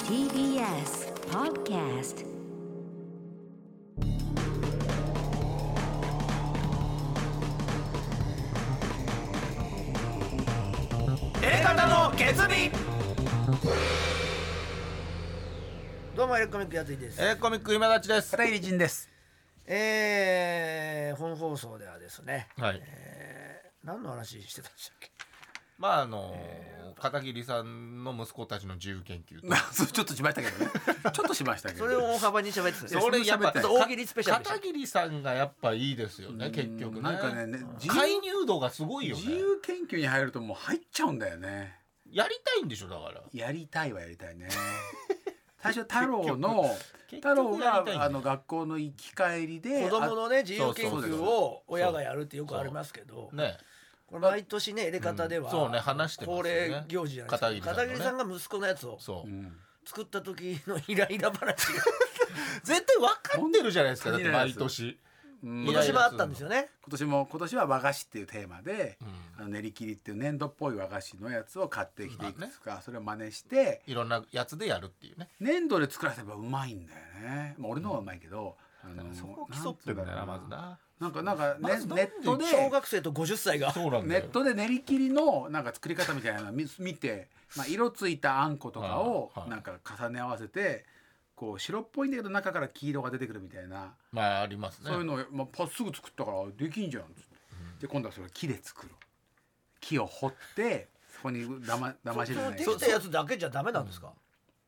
TBS Podcast どうもエレコミックやついですエレコミック今立ちです。片入仁です。えー、本放送ではですねはい。何の話してたんでしたっけまああの片桐さんの息子たちの自由研 究。そうちょっとしましたけどね。ちょっとしましたけど。それを大幅に喋ってたんですよやっぱそう大喜利スペシャルでした片桐さんがやっぱいいですよね結局ね。なんかねね自由介入度がすごいよね自。由研究に入るともう入っちゃうんだよね。やりたいんでしょだから。やりたいはやり たいね。最初太郎の結太郎局やりたいんだよがあの学校の行き帰りで子供のね自由研そうそう究そうを親がやるってよくありますけどね。これ毎年ねエレカタでは、うんそうね話してます恒よね例行事じゃないですか片片桐桐ささんん,、のが息子のやつをそう。作った時のイライラ話が絶対分かってるじゃないですかだって毎年。うん今今年もあったんですよね年も今年は和菓子っていうテーマでうん。あの練り切りっていう粘土っぽい和菓子のやつを買ってきていくつかそれを真似していろんなやつでやるっていうね。粘土で作らせればうまいんだよね。まあ俺の方がうまいけど。あのそこを競ってんだよなまずな。なんかなんかね、まずなんでネットで小学生と50歳がそうなんだネよ。ットで練り切りのなんか作り方みたいなのを見見て、まあ、色ついたあんことかをはいはいなんか重ね合わせてこう白っぽいんだけど中から黄色が出てくるみたいな、まあありますね。そういうのを、まあ、パすぐ作ったからできんじゃんっつって、で今度はそれを木で作ろう木を掘ってそこにだまだましそるじゃのないでけどきたやつだけじゃダメなんですか、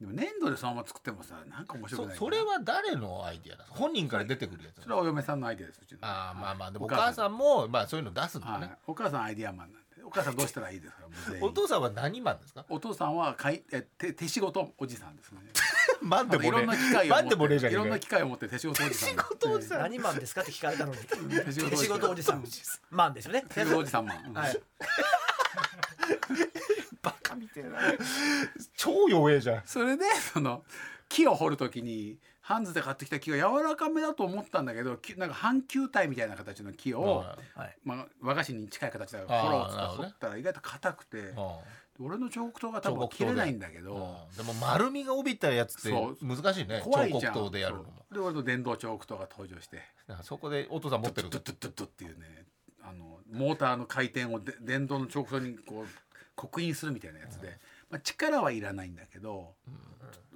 でも粘土でそのまま作ってもさなんか面白くそないそれは誰のアイディアなの本人から出てくるやつなのそれはお嫁さんのアイデアですうちのああまあまあでもおお母母ささんもまあそういうの出すんだはねい、お母さんアイデアマンなんでお母さんどうしたらいいですかもう全員お父さんは何マンです かお父さんはかいえ手手仕事おじさんですね。マンあのいろんな機械をマンでも持ねっえじてゃいろんねな機械を持って手仕事おじさん。手仕事おじ何マンですかって聞かれたのに手仕手仕事おじさんマンですよね手仕事おじさんも。ははいい。超弱えじゃんそれでその木を掘るときにハンズで買ってきた木が柔らかめだと思ったんだけど、きなんか半球体みたいな形の木を。はいまあ、和菓子に近い形だかあらー掘ろうっつってなるほど掘ねったら意外と硬くて俺の彫刻刀が多彫刻分刀切れないんでだけうんどでも丸みが帯びたやつってそう難しいね彫怖い刻じゃん刀でやるのもそうで俺の電動彫刻刀が登場してだからそこでお父さん持ってるドッドッドッドッっていうねあのモーターの回転をで電動の直送にこう刻印するみたいなやつで、まあ、力はいらないんだけど、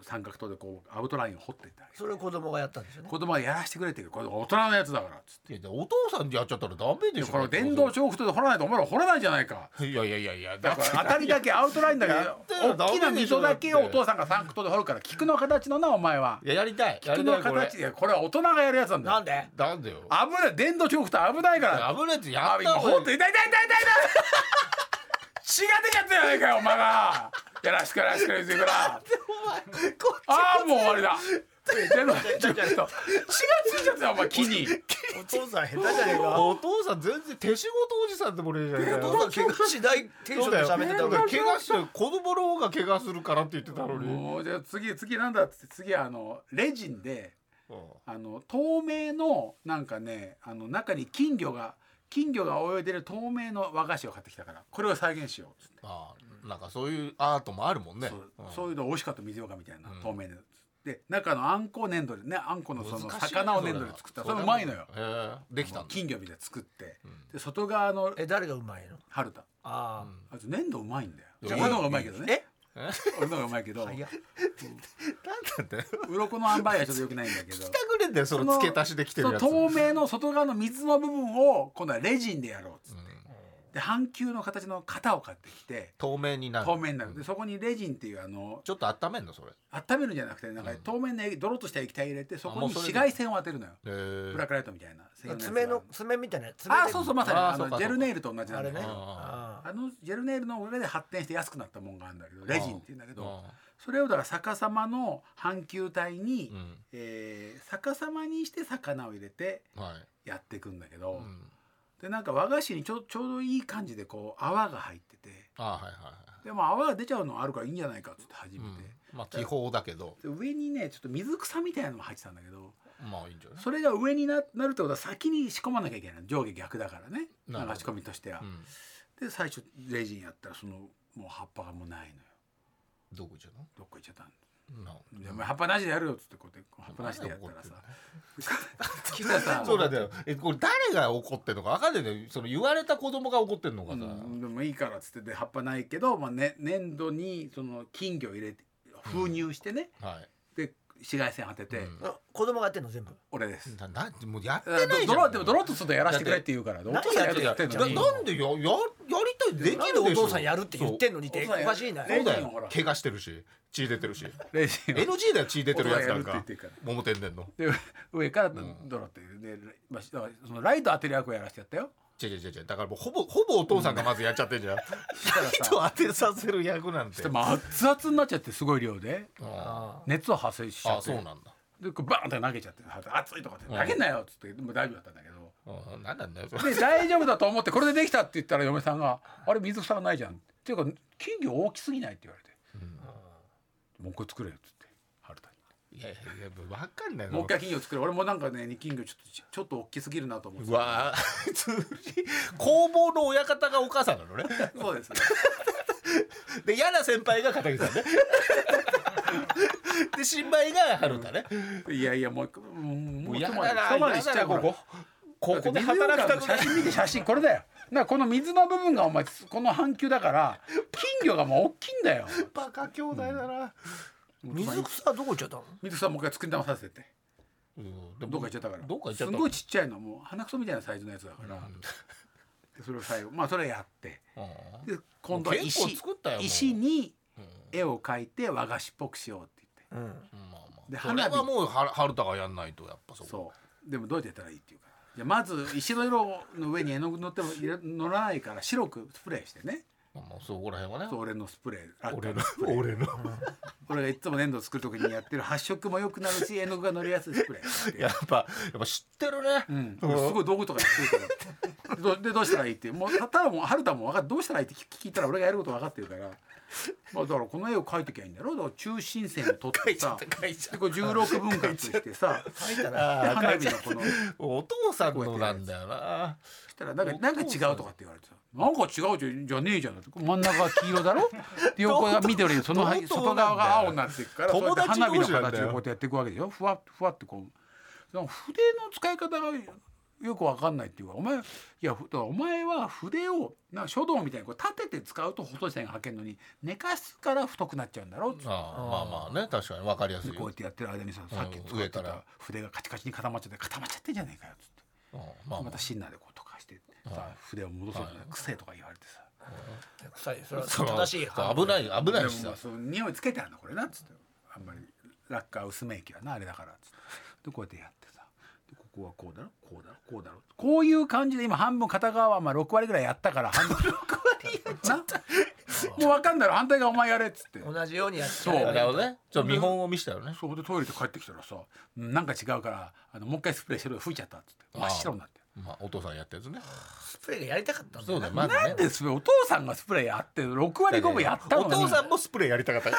三角刀でこうアウトラインを掘っていったりそれを子供がやったんですよね子供はやらせてくれって言うけどこれ大人のやつだからっつっいやでお父さんでやっちゃったらダメでてしょこの電動彫刻刀で掘らないとお前ら掘らないじゃないかいやいやいやいやだだから当たりだけアウトラインだけやってよ大きな溝だけをお父さんが三角刀で掘るから菊の形のなお前はいややりたいや菊りたのいこれ形いやこれは大人がやるやつなんだよなんでなんだよ危ない電動彫刻刀危ないから危ないやつやあっ今たほんといい痛い痛い痛い痛い痛い血が出ちゃったじゃないかよお前がよろしくよろしく言ってくれ ああーもう終わりだ全部ちょっと血がついちゃったよお前木 にお父さん下手じゃねえかお父さん全然手仕事おじさんでもねえじゃねえかよお父さん怪我しないテンションそうでだよ。喋ってたのに怪我して子供の方が怪我するからって言ってたのに。もうじゃあ次次なんだっつって次あのレジンであの透明のなんかねあの中に金魚が金魚が泳いでる透明の和菓子を買ってきたからこれを再現しようっつってああ、なんかそういうアートもあるもんね。そううんそういうの美味しかった水ようかみたいなうん透明のやつで中のあんこを粘土でねあんこのその魚を粘土で作ったそれうまいのよ。へえできたんだ。金魚みたいなの作ってんで外側のえ誰がうまいの春田ああいつ粘土うまいんだようんじゃあ俺の方がうまいけどあ、ねええ 俺の方がうまいけどいやなんだって。鱗の塩梅はちょっと良くないんだけど来たぐれんだよ、その付け足しできてるやつ。その透明の外側の水の部分を今度はレジンでやろうっつって、うんで半球の形の型を買ってきて透明になる。透明になるでそこにレジンっていうあのちょっと温めんの、それ。へ温めるんじゃなくてなんか透明の液ドロッとした液体入れてそあもこうにそれで紫外線を当てるのよえブラックライトみたいな専用のやつが爪の爪みたいな爪であそうそうまさにあーあそうかのジェルネイルと同じなあんだれよねうんああのジェルネイルの上で発展して安くなったもんがあるんだけどレジンって言うんだけうんどそれをだから逆さまの半球体に、うん。えー逆さまにして魚を入れてはい。やっていくんだけうど、んでなんか和菓子にちょちょうどいい感じでこう泡が入っててああ、はいはでも泡が出ちゃうのあるからいいんじゃないかっつって初いめはい。て、うんまあ、気泡だけど。で上にねちょっと水草みたいなのも入ってたんだけどまあ、いいんじゃない。それが上にななるってことは先に仕込まなきゃいけない上下逆だからね流しなるほど込みとしてはう。んで最初レジンやったらそのもう葉っぱがもうないのよどこ行っちゃったどっか行っちゃったんでのな「でお前葉っぱなしでやるよ」っつってこうやって葉っぱなしでやったらさ 来たさ そうなんだよえこれ誰が怒ってんのか分かんないんだよその言われた子供が怒ってんのかうさ、ん、でもいいからっつってで葉っぱないけど、まあね、粘土にその金魚入れて封入してね、はいで紫外線当てて、うんあ子供がやってんの全部俺です。ななもうやってだからないじドゃロんでもドロッとするとやらせてくれって言うからおだって父さんやいやってんなのになんでやややりたいできるなんででしょお父さんやるって言ってんのにってそうおかしいなお父さんそうだやるレジンほらよ怪我してるし血出てるしレジンを NG だよ血出てるやつなんお父さんやるっかて言ってるか桃天然ので上からんドロっていうで、まあ、だからそのライト当てる役をやらせてやったよ。違う違う違うだからもうほぼほぼお父さんがまずやっちゃってんじゃんそしたらさ人当てさせる役なんてでも熱々になっちゃってすごい量でああ熱を発生しちーゃあっそうてなんだでこうバーンって投げちゃって「熱い」とかって「うん投げんなよ」っつってでも大丈夫だったんだけど。うんなんなんだよそれで大丈夫だと思ってこれでできたって言ったら嫁さんが「あれ水草がないじゃん」っていうか「金魚大きすぎない」って言われて「もう一回作れよ」っつって春田にいやいやいや分かんない「もう一回金魚作れ」俺もなんかね金魚ちょっとちちょっと大きすぎるなと思ってうわー通じ 工房の親方がお母さんなのねそうですねで嫌な先輩が片桐さんね で新米が春田ねいやいやもう一個うんももうう一嫌回だもなう一回まで嫌しちだなゃうここここここで働きだたってくない水の写真見て写真これだよなこの水の部分がお前この半球だから金魚がもう大きいんだよバカ兄弟だな、ー水草どこ行っちゃったの水草もう一回作り直させてうんどっか行っちゃったからどっか行っちゃったすごいちっちゃいのもう鼻くそみたいなサイズのやつだから、でそれを最後まあそれやってうんで今度は結構石作ったよもう石にうん絵を描いて和菓子っぽくしようって言ってうんまあまあでそれは花火もうは春田がやんないとやっぱそこそうでもどうやってやったらいいっていうからじゃあまず石の色の上に絵の具塗ってもいら乗らないから白くスプレーしてねまあまあそこら辺はねそう俺のスプレーラッカ俺ーののスプレ ー俺 の俺がいつも粘土作る時にやってる発色も良くなるし絵の具が乗りやすいスプレーやっぱやっぱ知ってるね、うん、うん俺すごい道具とかやってるからど でどうしたらいいってもうただもう春田も分かってどうしたらいいって聞いたら俺がやること分かってるから、まあ、だからこの絵を描いときゃいいんだろうだから中心線を取ってさ 書いちゃでこう16分割してさ書いたでら あー花火のこのそお父さんのなんだよなしたらなんかなんか違うとかって言われてさ「なんか違うじゃじゃねえじゃん」だって真ん中が黄色だ ろで横が緑でその同等外側が青になっていくから友達それで花火の同士なん形だでよこうやってやっていくわけでしょふわっふわってこうなんか筆の使い方がよくわかんないっていうかお前いやふだからお前は筆をなんか書道みたいにこう立てて使うと細い線が履けるのに寝かすから太くなっちゃうんだろっつってあーまあまあね確かに分かりやすいでこうよやってやってる間にささっき使って上からた筆がカチカチに固まっちゃって固まっちゃってんじゃねえかよっつって。うんまあままたシンナーでこうとかしてさ筆を戻せるはい癖とか言われてさ臭いそれあは正しいそう危ない危ないしでさもまあその匂いつけてあるのこれなっつってあんまりラッカー薄め液はなあれだからっつってでこうやってやってさでここはこうだろこうだろこうだろこういう感じで今半分片側はまあ6割ぐらいやったから半分6割やっちゃったもう分かんだろ反対側お前やれっつって同じようにやっちそうゃなうるほどねちょっと見本を見せたよねそこでトイレで帰ってきたらさうんなんか違うからあのもう一回スプレーしてる吹いちゃったっつって真っ白になって。まあお父さんやったやつねスプレーがやりたかったんだそうよだなよまずなんねでスプレーお父さんがスプレーやって6割5分やったのおに父さんもスプレーやりたかった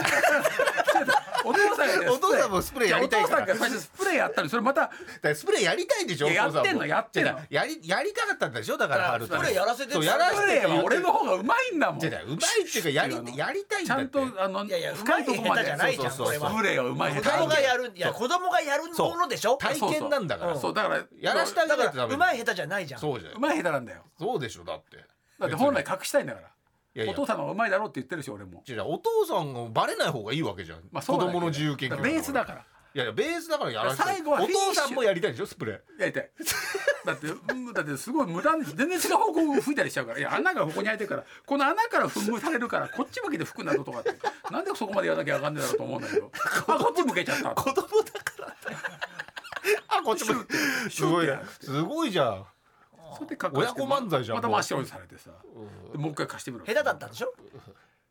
お父さんがねお父さんもスプレーやりたいからお父さんが最初スプレーやったのにそれまただからスプレーやりたいんでしょいやお父さもやってん違のやってんのうやりやりたかったんでしょだから春スプレーやらせてそうやらスせプてレーは俺の方がうまいんだもんじゃうまいっていうかやりあのやりたいんちだっゃてんとあのいやいや深いとこまでうまい下手じゃないじゃんそうそうそこれはうスプレーがうまい子下手供がやるいやそう子供がやるものでしょ体験なんだからそうだからやらしただかいかららダメうまい下手じゃないじゃんそうじゃんうまい下手なんだよそうでしょだってだって本来隠したいんだからいやいやお父さんの方がうまいだろうって言ってるし俺も違う違うお父さんがバレない方がいいわけじゃん、まあそう子だけど供の自由研究だからベースだからいやいやベースだからやらせて最後はお父さんもやりたいでしょスプレーやりたい だってうんだってすごい無駄に全然違う方向を吹いたりしちゃうからいや穴がここに開いてるからこの穴から噴霧されるからこっち向けて吹くなどとかってなんでそこまでやらなきゃあかんねえだろうと思うんだけどあこっち向けちゃった子供だからあこっちもすごいなすごいじゃんそれで隠して親子漫才じゃんまたもう真っ白にされてさでもう一回貸してみろ下手だったんでしょ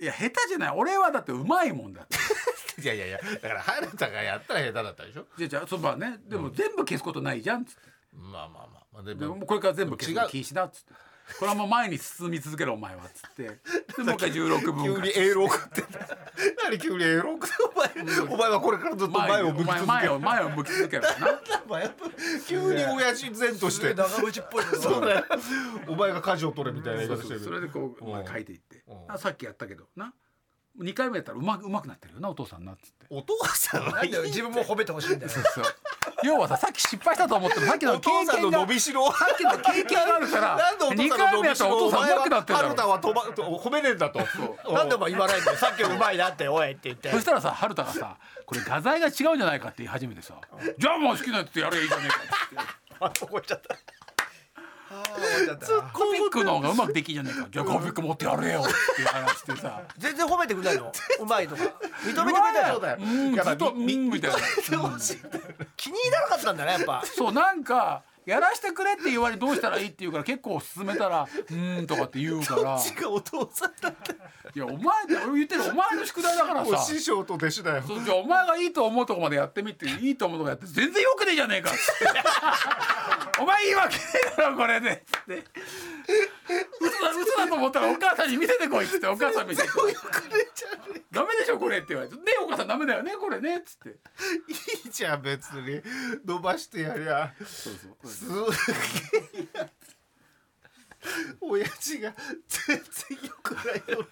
いや下手じゃない俺はだってうまいもんだっていやいやいやだから春田がやったら下手だったでしょじゃあじゃあそばねでも全部消すことないじゃんっつってまあまあまあまあででももうこれから全部消す違のう禁止だっつってこれはもう前に進み続けろお前はっつってでもう一回16分 急割に A6 って何急に A6 ってお前お前はこれからずっと前を向き続け前る前を前を向き続け ろな急に親父前として長渕っぽいのそうだよお前が舵を取れみたいな言いそう方しそてうそるれでこう、まあうん書いていってうんあさっきやったけどな2回目やったらうまうまくなってるよなお父さんなっつってお父さんなはんで自分も褒めてほしいんだよ。そう 要はささっき失敗したと思ってもさっきのお経父さんの験伸がびしろはさっきの経験があるか らなんでお父2さん回の伸目やびっしたらろお父おさんう前まくなってるだろは田は飛ば褒めねえんだとなんでお前言わないんだよ。さっきうまいなっておいって言 ってそ。したらさ春田がさこれ画材が違うんじゃないかって言い始めてさじゃあもう好きなやつやればいいじゃねえか っつってあ覚えちゃった。コピックの方がうまくできんじゃねえかじゃあコピック持ってやれよっていう話してさ全然褒めてくれないの。うまいとか認めてくれたよ。 ようんずやっっとぱうみみんみたいな気に入らなかったんだねやっぱ。そうなんかやらしてくれって言われどうしたらいいって言うから結構勧めたら「うーん」とかって言うから違うお父さんだって。いやお前って俺言ってるお前の宿題だからもうさ師匠と弟子だよそうじゃあお前がいいと思うとこまでやってみっていいと思うとこやって全然よくねえじゃねえかっつっ てお前いいわけねえだろこれでっつって嘘だ嘘だと思ったらお母さんに見せてこいっつってお母さん見せてダメでしょこれって言われて「ねえお母さんダメだよねこれね」っつっていいじゃん別に伸ばしてやりゃそうそうすげえやつ親父が全然よくないよね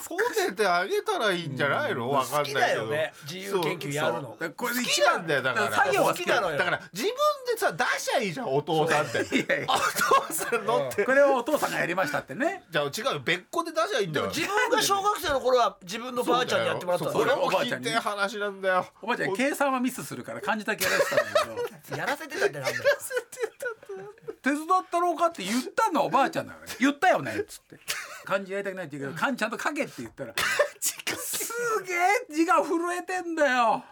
褒めてあげたらいいんじゃないのわかん好ないきけどだよね。自由研究やるそうのそ。これう好きなんだよだから作業は好好ききななののよ。だから自分でさ出しゃいいじゃんお父さんっていやいやお父さん のって。 これをお父さんがやりましたってねじゃあ違うよ別個で出しゃいいんだよ自分が小学生の頃は自分のばあちゃんにやってもらったんだそうよそれおもばあ聞ちゃんいてに話なんだよおばあちゃん計算はミスするから漢字だけやらせたんだけ ど やらせてたんだよなんだよ。手伝ったろうかって言ったのはおばあちゃんだからね言ったよねっつって漢字やりたくないって言うけど漢字ちゃんと書けって言っ たらすげえ字が震えてんだよ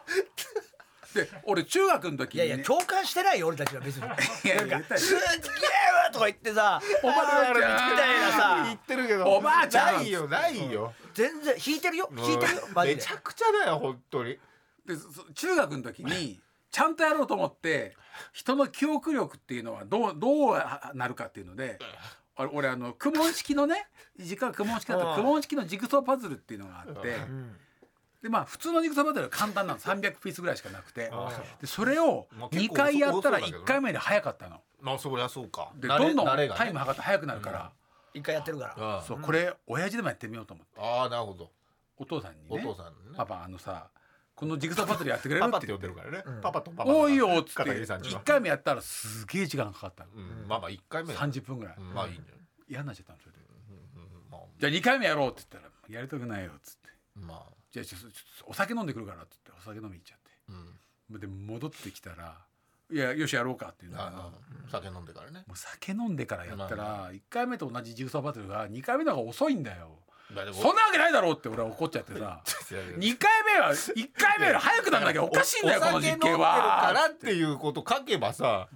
で俺中学の時いに、やね、いや共感してないよ俺たちは別に。いやいやなん言ったかよすっげえわとか言ってさ。おばあちゃんみたいな言さってるけどおばあちゃんないよないよ 全然弾いてるよ弾いてるようんマジめでちゃくちゃだよ本当にでそそ中学の時にちゃんとやろうと思って人の記憶力っていうのはどうどうなるかっていうのであれ俺あの公文式のね実家が公文式だったうん公文式のジグソーパズルっていうのがあってでまあ普通のジグソーパズルは簡単なの300ピースぐらいしかなくてでそれをまあ結構2回やった遅そらうだけど1ね回目で早かったの。まあそりゃそうかで慣れどんどん慣タれイがねム測って早くなるから、一回やってるからあそうこれ親父でもやってみようと思ってあなるほどお父さんにおね父さんのねパパあのさこのジグソーパズルやってくれるパパっってて言呼っんてでるからねパパとママおいよっつって片桐さんち1は回目やったらすげえ時間かかったのうんまあまあ一回目だ30分ぐらいうんまあいいんじゃない嫌になっちゃったのそれでうんまあじゃあ2回目やろうって言ったら「やりたくないよ」っつってまあ「じゃあちょっとちょっとお酒飲んでくるから」っつってお酒飲み行っちゃってうんで戻ってきたら「いやよしやろうか」っていうのがああ酒飲んでからねもう酒飲んでからやったまあら1回目と同じジグソーパズルが2回目の方が遅いんだよだってそんなわけないだろうって俺は怒っちゃってさ2回目は1回目より早くなんなきゃおかしいんだよこの実お酒飲んでる験かは。らっていうこと書けばさ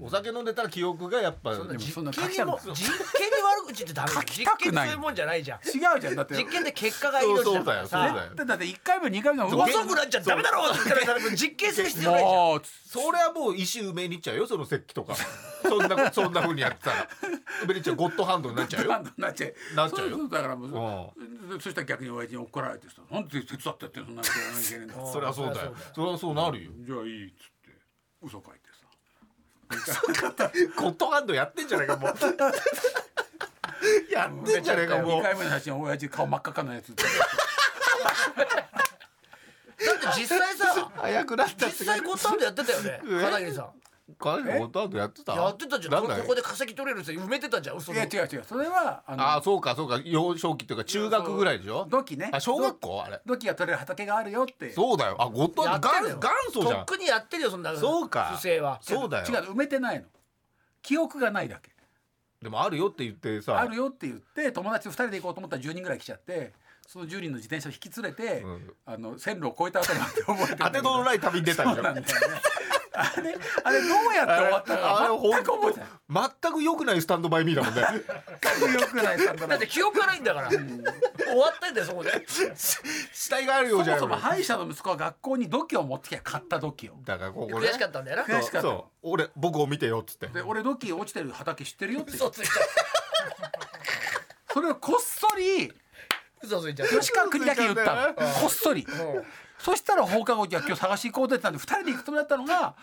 お酒飲んでたら記憶がやっぱそんなでも実験そんになも書実き験たにくない悪口ってダメ書きたくな実験ってそういいうもんじゃないじゃん違うじゃんだって実験って結果が命だからそうそうださよだって1回目2回目の方が遅くなっちゃダメだろって言ったら実験する必要ないじゃんもうそれはもう石埋めに行っちゃうよその石器とかそんなそんな風にやってた ら埋めに行っちゃうゴッドハンドになっちゃう なよんだなっちゃうなっちゃうよそうそうだからもうそそしたら逆に親父に怒られてさ「なんで手伝ってやってそんなことやらなきゃいけないんだ」 んそりゃそうだよそりゃそうなるよじゃあいい」っつって嘘書いてさゴッドハンドやってんじゃないかもうやってんじゃないかもう2回目の写真親父顔真っ赤っかの やつだって実際さ早くなった実際ゴッドハンドやってたよねえ片桐さん彼のゴッドハンドやってたやってたじゃんなこだよこで化石取れるって埋めてたじゃん嘘いのや違う違うそれはあのああそうかそうか幼少期というか中学ぐらいでしょ土器ねあ小学校あれ土器が取れる畑があるよってそうだよあゴッドやハっンドてる元よ元祖じゃとっんくにやってるよそんなそうか不正はそうだよ違う埋めてないの記憶がないだけでもあるよって言ってさあるよって言って友達と2人で行こうと思ったら10人ぐらい来ちゃってその10人の自転車を引き連れて、うんあの線路を越えた後なんて覚えて当てどのない旅に出たんそうじなゃんんだよね。あれ、あれどうやって終わったあれか全く覚えて全く良くないスタンドバイミーだもんねない。よくないさんだだって記憶がないんだから終わってんだよそ こで 死体があるよそうじゃもんそも歯医者の息子は学校に土器を持ってきゃ買った土器を。だからここね悔しかったんだよな悔しかったそう俺僕を見てよっつってで、俺土器落ちてる畑知ってるよって言嘘って。ついちゃうそれをこっそり嘘ついちゃう吉川国だけ言ったの。こっそり。そしたら放課後じゃあ今日探し行こうって言ってたんで二人で行くつもりだったのが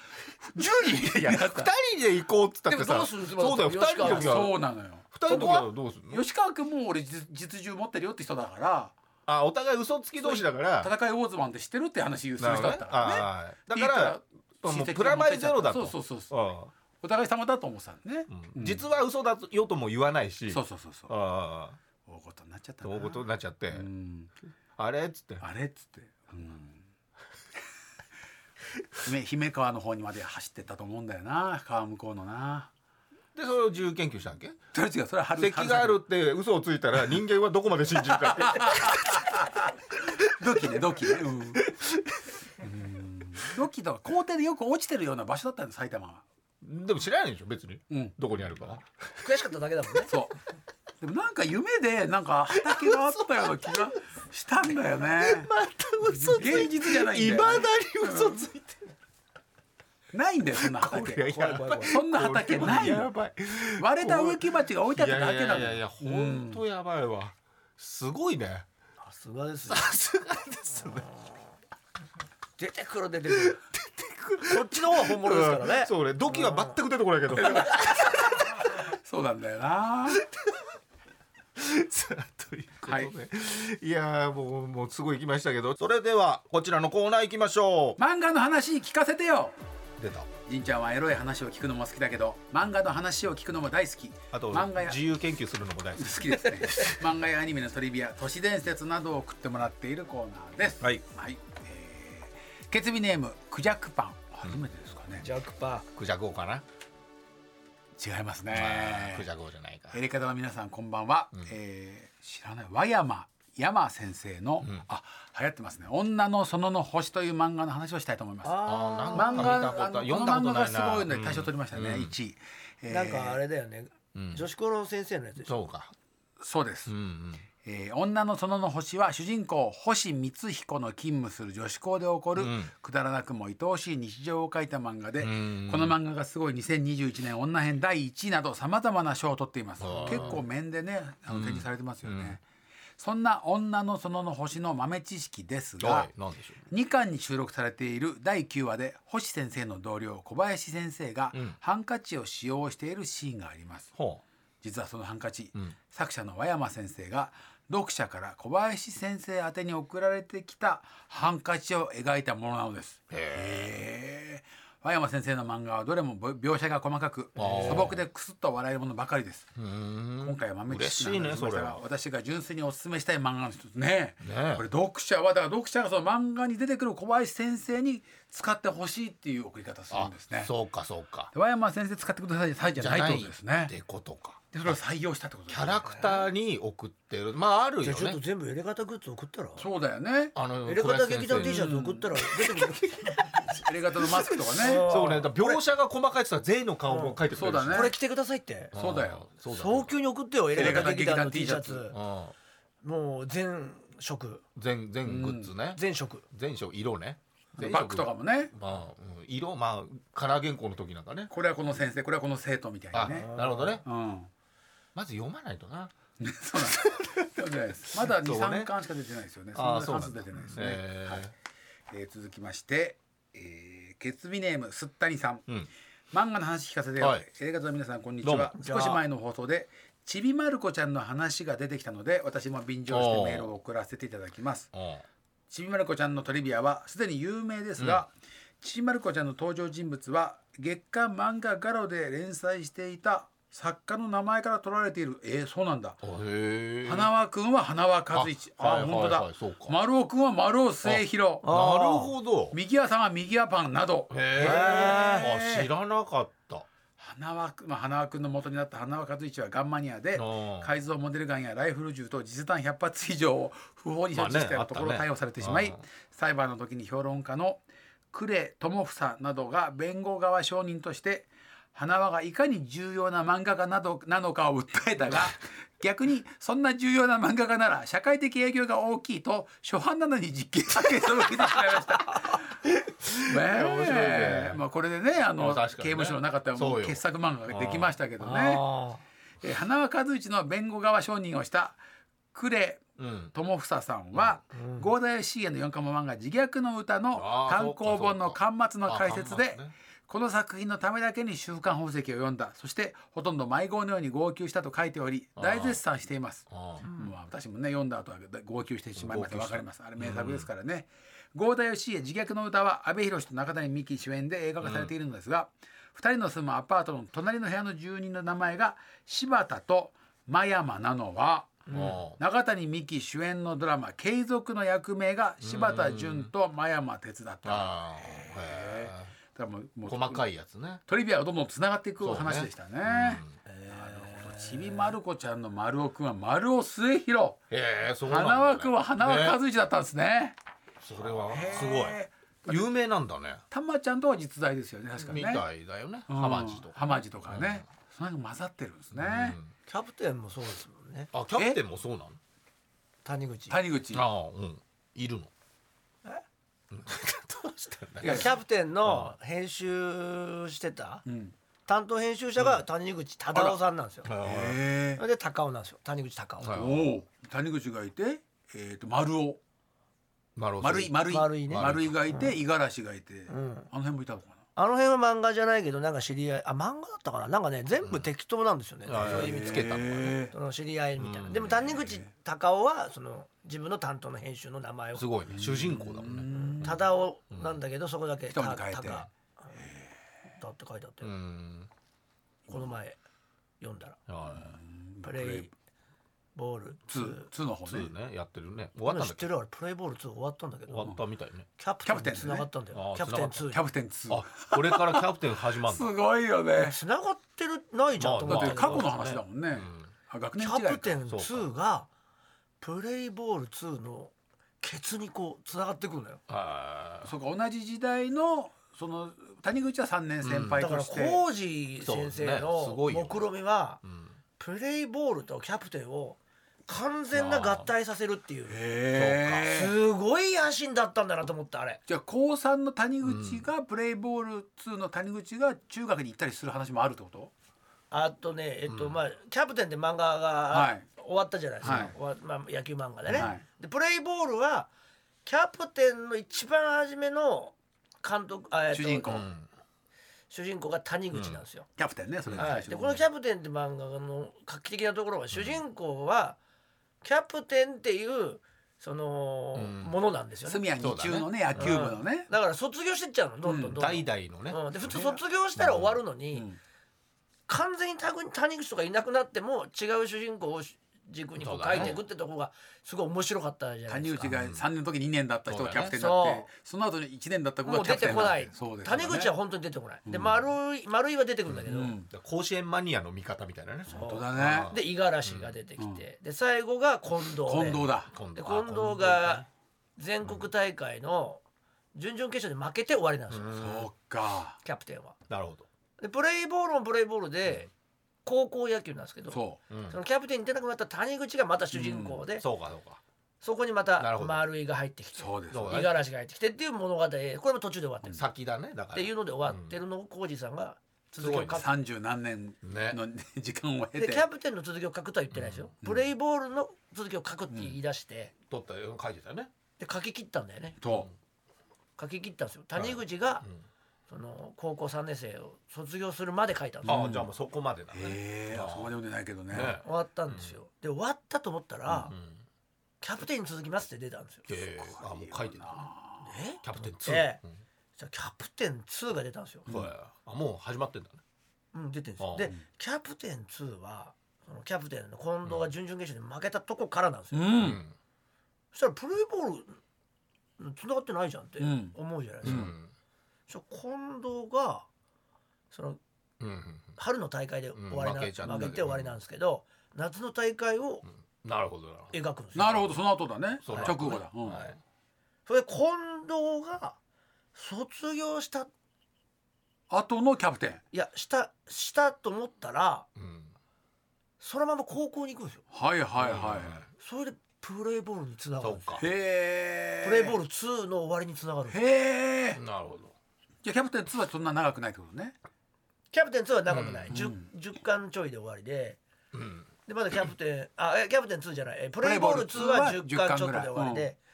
10人いやだか二ら人で行こうっつったってでもどさうすそるうだよ二吉人川の時はそうなのよ二人の時はどうするの吉川君も俺実実銃持ってるよって人だからあお互い嘘つき同士だから戦いウォーズマンって知ってるって話言うするなるほ人どだっねたからねああだいいから親もう戚がプラマイゼロだと持ってっちゃったそうそうそうそうあお互い様だと思ってたんねあ、うん実は嘘だよとも言わないしそうそうそうそうああ大事になっちゃったどういうことになっちゃって、うんあれっつってあれっつって、姫姫川の方にまで走ってったと思うんだよな川向こうのなでそれを自由研究したわけそれ違うそれは春咳があるって嘘をついた ら人間はどこまで信じるかってドキねドキねうん、うん、ドキとか校庭でよく落ちてるような場所だったんです埼玉はでも知らないでしょ別にうんどこにあるかは悔しかっただけだもんねそうでもなんか夢でなんか畑があったような気がしたんだよねまた嘘現実じゃないんだいよまだに嘘ついてないんだよそんなる畑いややばいそんな 畑ないやのばい割れた植木鉢が置いいてあやっいただけなやのいやいや本当やばいわすごい ねさすがですよすごいですね出てくる出てくるこっちの方は本物ですからねそうね土器は全く出てこないけどさそうなんだよなあ ということで、い、やーもうもうすごい行きましたけどそれではこちらのコーナー行きましょ漫画の話聞かせてよう出たじんちゃんはエロい話を聞くのも好きだけど漫画の話を聞くのも大好きあと漫画や自由研究するのも大好き好きですね 漫画やアニメのトリビア都市伝説などを送ってもらっているコーナーですはい、えー、ケツビネームクジャクパン初めてですかね、ジャクパクジャゴーかな、違いますえー、クねジャゴーじゃないかやり方の皆さんこんばんは、えー知らない和山山先生の、あ流行ってますね女の園の星という漫画の話をしたいと思いますああ漫画なんかあの見たこと読このん漫だことな画がいすなごいので大賞取りましたね、うん1位、えーーなんかあれだよねうん女子校の先生のやつでしょそうかそうです、うんうんえー女の園の星」は主人公星光彦の勤務する女子校で起こる、うんくだらなくも愛おしい日常を描いた漫画で、んこの漫画がすごい2021年女編第1位などさまざまな賞を取っていますあー結構面でねあの展示されてますよね、そんな女の園の星の豆知識ですはがいなんでしょう2巻に収録されている第9話で星先生の同僚小林先生がうんハンカチを使用しているシーンがあります、ほ実はそのハンカチ、ん作者の和山先生が読者から小林先生宛てに送られてきたハンカチを描いたものなのです。へえ和山先生の漫画はどれもぼ描写が細かく素朴でクスッと笑えるものばかりです。ううーん今回は豆知識嬉しいねの話をしましたがそ私が純粋にお勧めしたい漫画の一つねねえこれ読者はだから読者がその漫画に出てくる小林先生に使ってほしいっていう送り方するんですね。そうかそうかで和山先生使ってくださいじゃないってことですねっ。てことかでそれを採用したってことでキすねャラクターに送ってるまああるじよゃあちょっねと全部エレガタグッズ送ったらそうだよね。あのエレガタ劇団 T シャャツツ送ったら出てくるエレガタのマスクとかね。そうねだから描写が細かいってさ全員の顔も書いてくれるしそうだねこれ着てくださいってあーそうだよそうだ早急に送ってよエレガタ劇団の T シャエレガツうんもう全色全全グッズね全色全色色ね全色バッグとかもね。まあうん色まあカラー原稿の時なんかねこれはこの先生、これはこの生徒みたいなあね。なるほどねうん。まず読まないとな そうなんだそうです。まだそ二うね三、巻しか出てないですよね。そんあなーそうな数ん出だてないですね。えはいえー続きまして、えー、ケツビネームすったにさん。ーうん漫画の話聞かせてよ、はいエレガタの皆さんこんにちどうもは少し前の放送でちびまる子ちゃんの話が出てきたので私も便乗してメールを送らせていただきますうんちびまる子ちゃんのトリビアはすでに有名ですが、ちびまる子ちゃんの登場人物は月刊漫画ガロで連載していた作家の名前から取られているえー、そうなんだ、へえ花輪くんは花輪和一あ,、あはい本当だ、はいはいそうか丸尾くんは丸尾末広なるほど右輪さんは右輪パンなどへえあ知らなかった花輪くん、まあ、花輪くんの元になった花輪和一はガンマニアであー改造モデルガンやライフル銃と実弾100発以上を不法に所持したまあねところあったね逮捕されてしまい、あー裁判の時に評論家の呉智房などが弁護側証人として花輪がいかに重要な漫画家などなのかを訴え たが逆にそんな重要な漫画家なら社会的影響が大きいと初版なのに実刑判決を受けてしまい ました。ねえ面白いねまあこれでねあの確かにね刑務所の中ではもそううよ傑作漫画ができましたけどね。あえー花輪和一の弁護側証人をした呉うん友房さんは郷田義家の4カマ漫画「自虐の歌」のあー単行本のそうかそう巻末の解説あで端末ねこの作品のためだけに「週刊宝石」を読んだそしてほとんど迷子のように号泣したと書いておりあー大絶賛しています。ああまあ私もね読んだ後は号泣してしまいました号泣しわたかりますあれ名作ですからね郷田義家自虐の歌は阿部寛と中谷美紀主演で映画化されているのですが、二人の住むアパートの隣の部屋の住人の名前が柴田と真山なのはああ中谷美紀主演のドラマ「継続」の役名が柴田純と真山哲だっただかああへらもうもえう細かいやつねトリビアがどんどんつながっていくお話でしたねえちびまる子ちゃんの丸尾くんは丸尾末広へえそうなんだね花輪くんは花輪和ね一だったんですねそれはすへごい有名なんだねたまちゃんとは実在ですよね確かみねたいだよねうんハマジとか浜地とかね、その辺が混ざってるんですね、キャプテンもそうですもんねあキャプテンもそうなの谷口谷口ああうんいるのうんどうしたんだいやキャプテンの編集してたうん担当編集者が谷口忠夫さんなんですよへで高尾なんですよ谷口高は尾いーおお谷口がいてえっ、と丸尾丸尾さん丸い丸い丸いね丸井がいて五十嵐がいて、んあの辺もいたのかなあの辺は漫画じゃないけどなんか知り合いあ漫画だったかななんかね全部適当なんですよねああそういう意味見でつけたのかへねその知り合いみたいなうんでも谷口高尾はその自分の担当の編集の名前をすごいね主人公だもんね忠夫なんだけどそこだけ一文字た変えて高だって書いてあってうんこの前読んだらはプレイボールツーツーのい方ね2ねやってるね終わった知んだっっけてるあれプレイボール2終わったんだけ終わどったみたいねキャプテンに繋がったんだよキキャャププテテンンねキャ2プテンツーあこれからキャプテン始まるんすだごいよね繋がってるないじゃんと思まっあだたっんだけどて過去の話だもんね、あ学キ年違いャプテンンそうか2がプレイボール2のケツにこう繋がってくるのよあそうか同じ時代のその谷口は三年先輩だかとらして、浩二先生そうねすごのいよ目論みはーうんプレイボールとキャプテンを完全な合体させるっていうへーすごい野心だったんだなと思ったあれじゃあ高三の谷口がプレイボール2の谷口が中学に行ったりする話もあるってこと、あとねえっと、まあキャプテンって漫画はがい終わったじゃないですか、はい終わまあ、野球漫画でね、はいでプレイボールはキャプテンの一番初めの監督あえっと主人公、うん主人公が谷口なんですよ、キャプテンねそれがは最い、初でこの「キャプテン」って漫画の画期的なところは主人公はキャプテンっていうその、うんものなんですよ住ね谷二中のね野球部のね、だから卒業してっちゃうのどんどんどんどん、代々のねうんで普通卒業したら終わるのに、うん完全にタグ谷口とかいなくなっても違う主人公を軸にこう書いていくってとこがすごい面白かったじゃないで谷すか口。が3年の時2年だった人がキャプテンになそうっだてねその後に1年だった子もがうキャ出プテてンにこなっなてい、そうですよね谷口は本当に出てこない、で丸い丸いは出てくるんだけど、うん甲子園マニアの味方みたいなねそう本当だねで五十嵐が出てきて、で最後が近藤で近藤だ今で度近藤が全国大会の準々決勝で負けて終わりなんですよ、そうかキャプテンは。なるほどでプレイボールもプレイボールで高校野球なんですけどそうんそのキャプテンに出なくなった谷口がまた主人公で、そうかそうかそこにまなるたほど丸井が入ってきうてそうですそう五十嵐が入ってきてっていう物語これも途中で終わってる、っ先だねだからていうので終わってるのを浩二さんが続きを書く、三十何年の時間を経でてキャプテンの続きを書くとは言ってないですよ、プレイボールの続きを書くって言い出して、取ったよ書いてたよねで書き切ったんだよねと書き切ったんですよ谷口が、その高校3年生を卒業するまで書いたんですよ、ああじゃあもうそこまでだねへえあそこまで読んでないけどねね終わったんですよ、で終わったと思ったら、キャプテンに続きますって出たんですよ、えーあもう書いてたねえキャプテンと思っ2てじゃあキャプテン2が出たんですよ、そうやあもう始まってんだねうん、出てるんですあよあでキャプテン2はそのキャプテンの近藤が準々決勝で負けたとこからなんですよ、うん、そしたらプレーボール繋がってないじゃんってん思うじゃないですか、うんそしたら近藤がそのうんうん春の大会で終わりな、負うん負けけちゃったけどて終わりなんですけど夏の大会をなるほどなるほ描くんですよ、なるほどその後だねそう直後だ、うんどはいそれで近藤が卒業した後のキャプテンいやしたしたと思ったらうんそのまま高校に行くんですよはいはいはそれでプレーボールにつながそるんうですよかい、へえプレーボール2の終わりにつながるんですよへえなるほどじゃあキャプテン2はそんな長くないってことねキャプテン2は長くない、う 10, ん10巻ちょいで終わりでうんでまだキャプテンあえキャプテン2じゃないえプレイボール2は10巻ちょっとで終わりで、う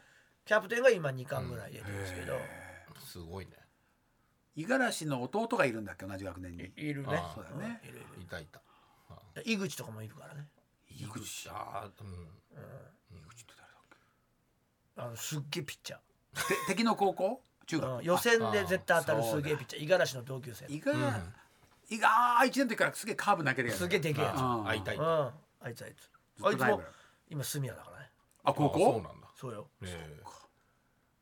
キャプテンが今2巻ぐらい出てるんですけど、すごいね五十嵐の弟がいるんだっけ同じ学年にいるねあーそうだねいるいるいたいた井口とかもいるからね井口あーうんあのすっげえピッチャーて 敵の高校中うん学予選で絶対当たるあそうすだげえピッチャー五十嵐の同級生いがいがああ1年の時からすげえカーブ投げるやつすげえでけえやつああーあいたいうんたあいつあいつずあっいとつライもバル今住谷だからねあ高あーそう校なんだそうよね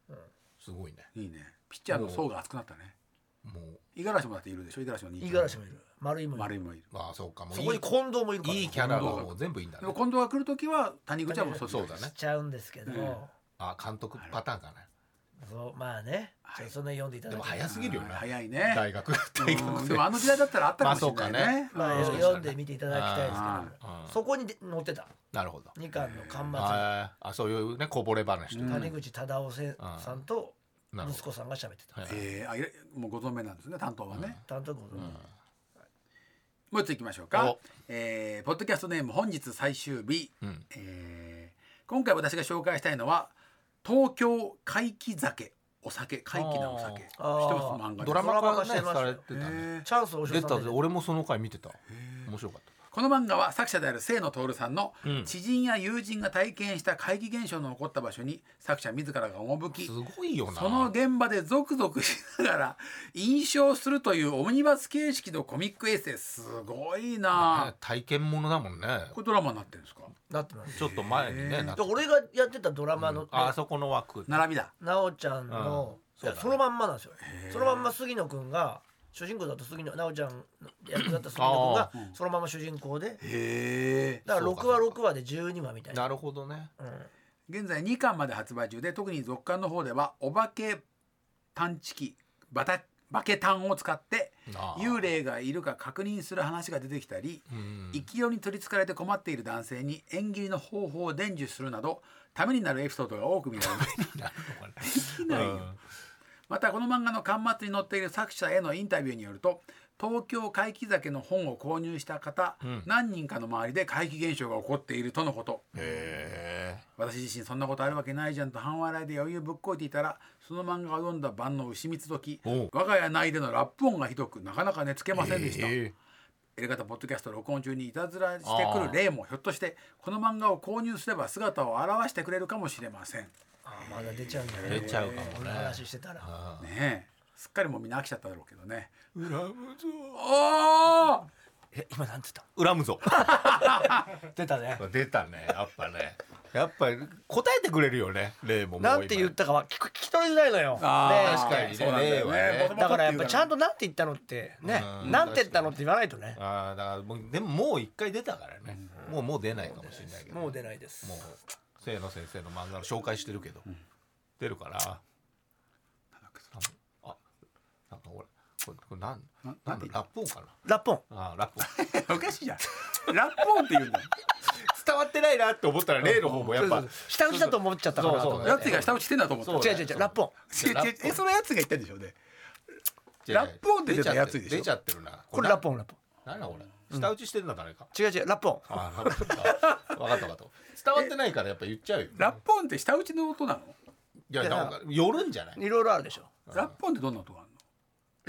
えすごいねいいねピッチャーの層が厚くなったねもう五十嵐もだっているでしょ五十嵐も2五十嵐もいる丸井もい丸る井もいるまあそうかもうそいこに近藤もいるからいいいキャラがもう全部いいんだでねも近藤が来る時は谷口はもう卒業そうだねしちゃうんですけど、うんあ監督パターンかなそうまあね、はいじゃあその辺読んでいただきでもたい早すぎるようんね早い大ね学大う学んででもあの時代だったらあったかもしれないねまあ、うん読んでみていただきたいですあけど、そこにで載ってたなるほど二巻の巻末にあーあそういうねこぼれ話とか谷口忠夫せさんとなるほ息ど子さんが喋ってた。はいえーあいれもうご存命なんですね担当はね担当ご存知もう一ついきましょうかお、えーポッドキャストネーム本日最終日、うんえー今回私が紹介したいのは東京怪奇酒お酒怪奇なお酒一つあーの漫画ドでラすマドラマ化化ねしてましたされよてたねえチャンス大出城てさたんで俺もその回見てた面白かっーこの漫画は作者である清野徹さんの、うん知人や友人が体験した怪奇現象の起こった場所に作者自らが赴たきすごいよなその現場でゾクゾクしながら印象するというオムニバス形式のコミックエッセイすごいなね、体験ものだもんねこれドラマになってるんですかなってます。ちょっと前にねなで俺がやってたドラマの、あそこの枠並びだなおちゃんの、うんいやそうだねそのまんまなんですよ。そのまんま杉野くんが主人公だった杉野なおちゃんの役だった杉野くんがそのまま主人公で、へえだからそうか六話六話で十二話みたいな。なるほどね現在2巻まで発売中で特に続巻の方ではお化け探知機バタバケタンを使ってあー幽霊がいるか確認する話が出てきたりうん勢いに取りつかれて困っている男性に縁切りの方法を伝授するなどためになるエピソードが多く見られま すなるほどねうんまたこの漫画の巻末に載っている作者へのインタビューによると東京怪奇酒の本を購入した方、ん何人かの周りで怪奇現象が起こっているとのことへ私自身そんなことあるわけないじゃんと半笑いで余裕ぶっこいていたらその漫画を読んだ晩の牛蜜時おう我が家内でのラップ音がひどくなかなか寝つけませんでした、えエえレガタポッドキャスト録音中にいたずらしてくる例もひょっとしてこの漫画を購入すれば姿を現してくれるかもしれませんねあーまだ出ちゃうんだね。出ちゃうかもこのね話してたら。えすっかりもうみんな飽きちゃっただろうけどね恨むぞおーえ今なんつった恨む ぞ出たね出たねやっぱねやっぱり答えてくれるよね例ももう今なんて言ったかは聞く聞き取りづらいのよあー確かにねそうなんだ令よね和ねだからやっぱちゃんととなんて言ったのってねうんなんて言ったのって言わないとねああだからもうでももう一回出たからね、もうもう出ないかもしれないけどもう出ないですもう清野先生の漫画の紹介してるけど、出るからあなんか俺これこれなんなななんんだてラップ音かなラッポンあーラップ音おかしいじゃんラップ音って言うんだよ 伝わってないなって思ったら例の方もやっぱ下打ちだと思っちゃったからそうそう後でやつが下打ちしてんだと思った そう違う違う違うラッポン違う違うえそのやつが言ったんでしょうねラップ音って出たらやついでしょ出ちゃってるなこれラッポンラッポなんだこれ舌打ちしてんだ誰か、ン違う違うラッポンああ分かった分かった分かった伝わってないからやっぱ言っちゃうよラップ音って下打ちの音なのいやなんか寄るんじゃないいろいろあるでしょラップ音ってどんな音がある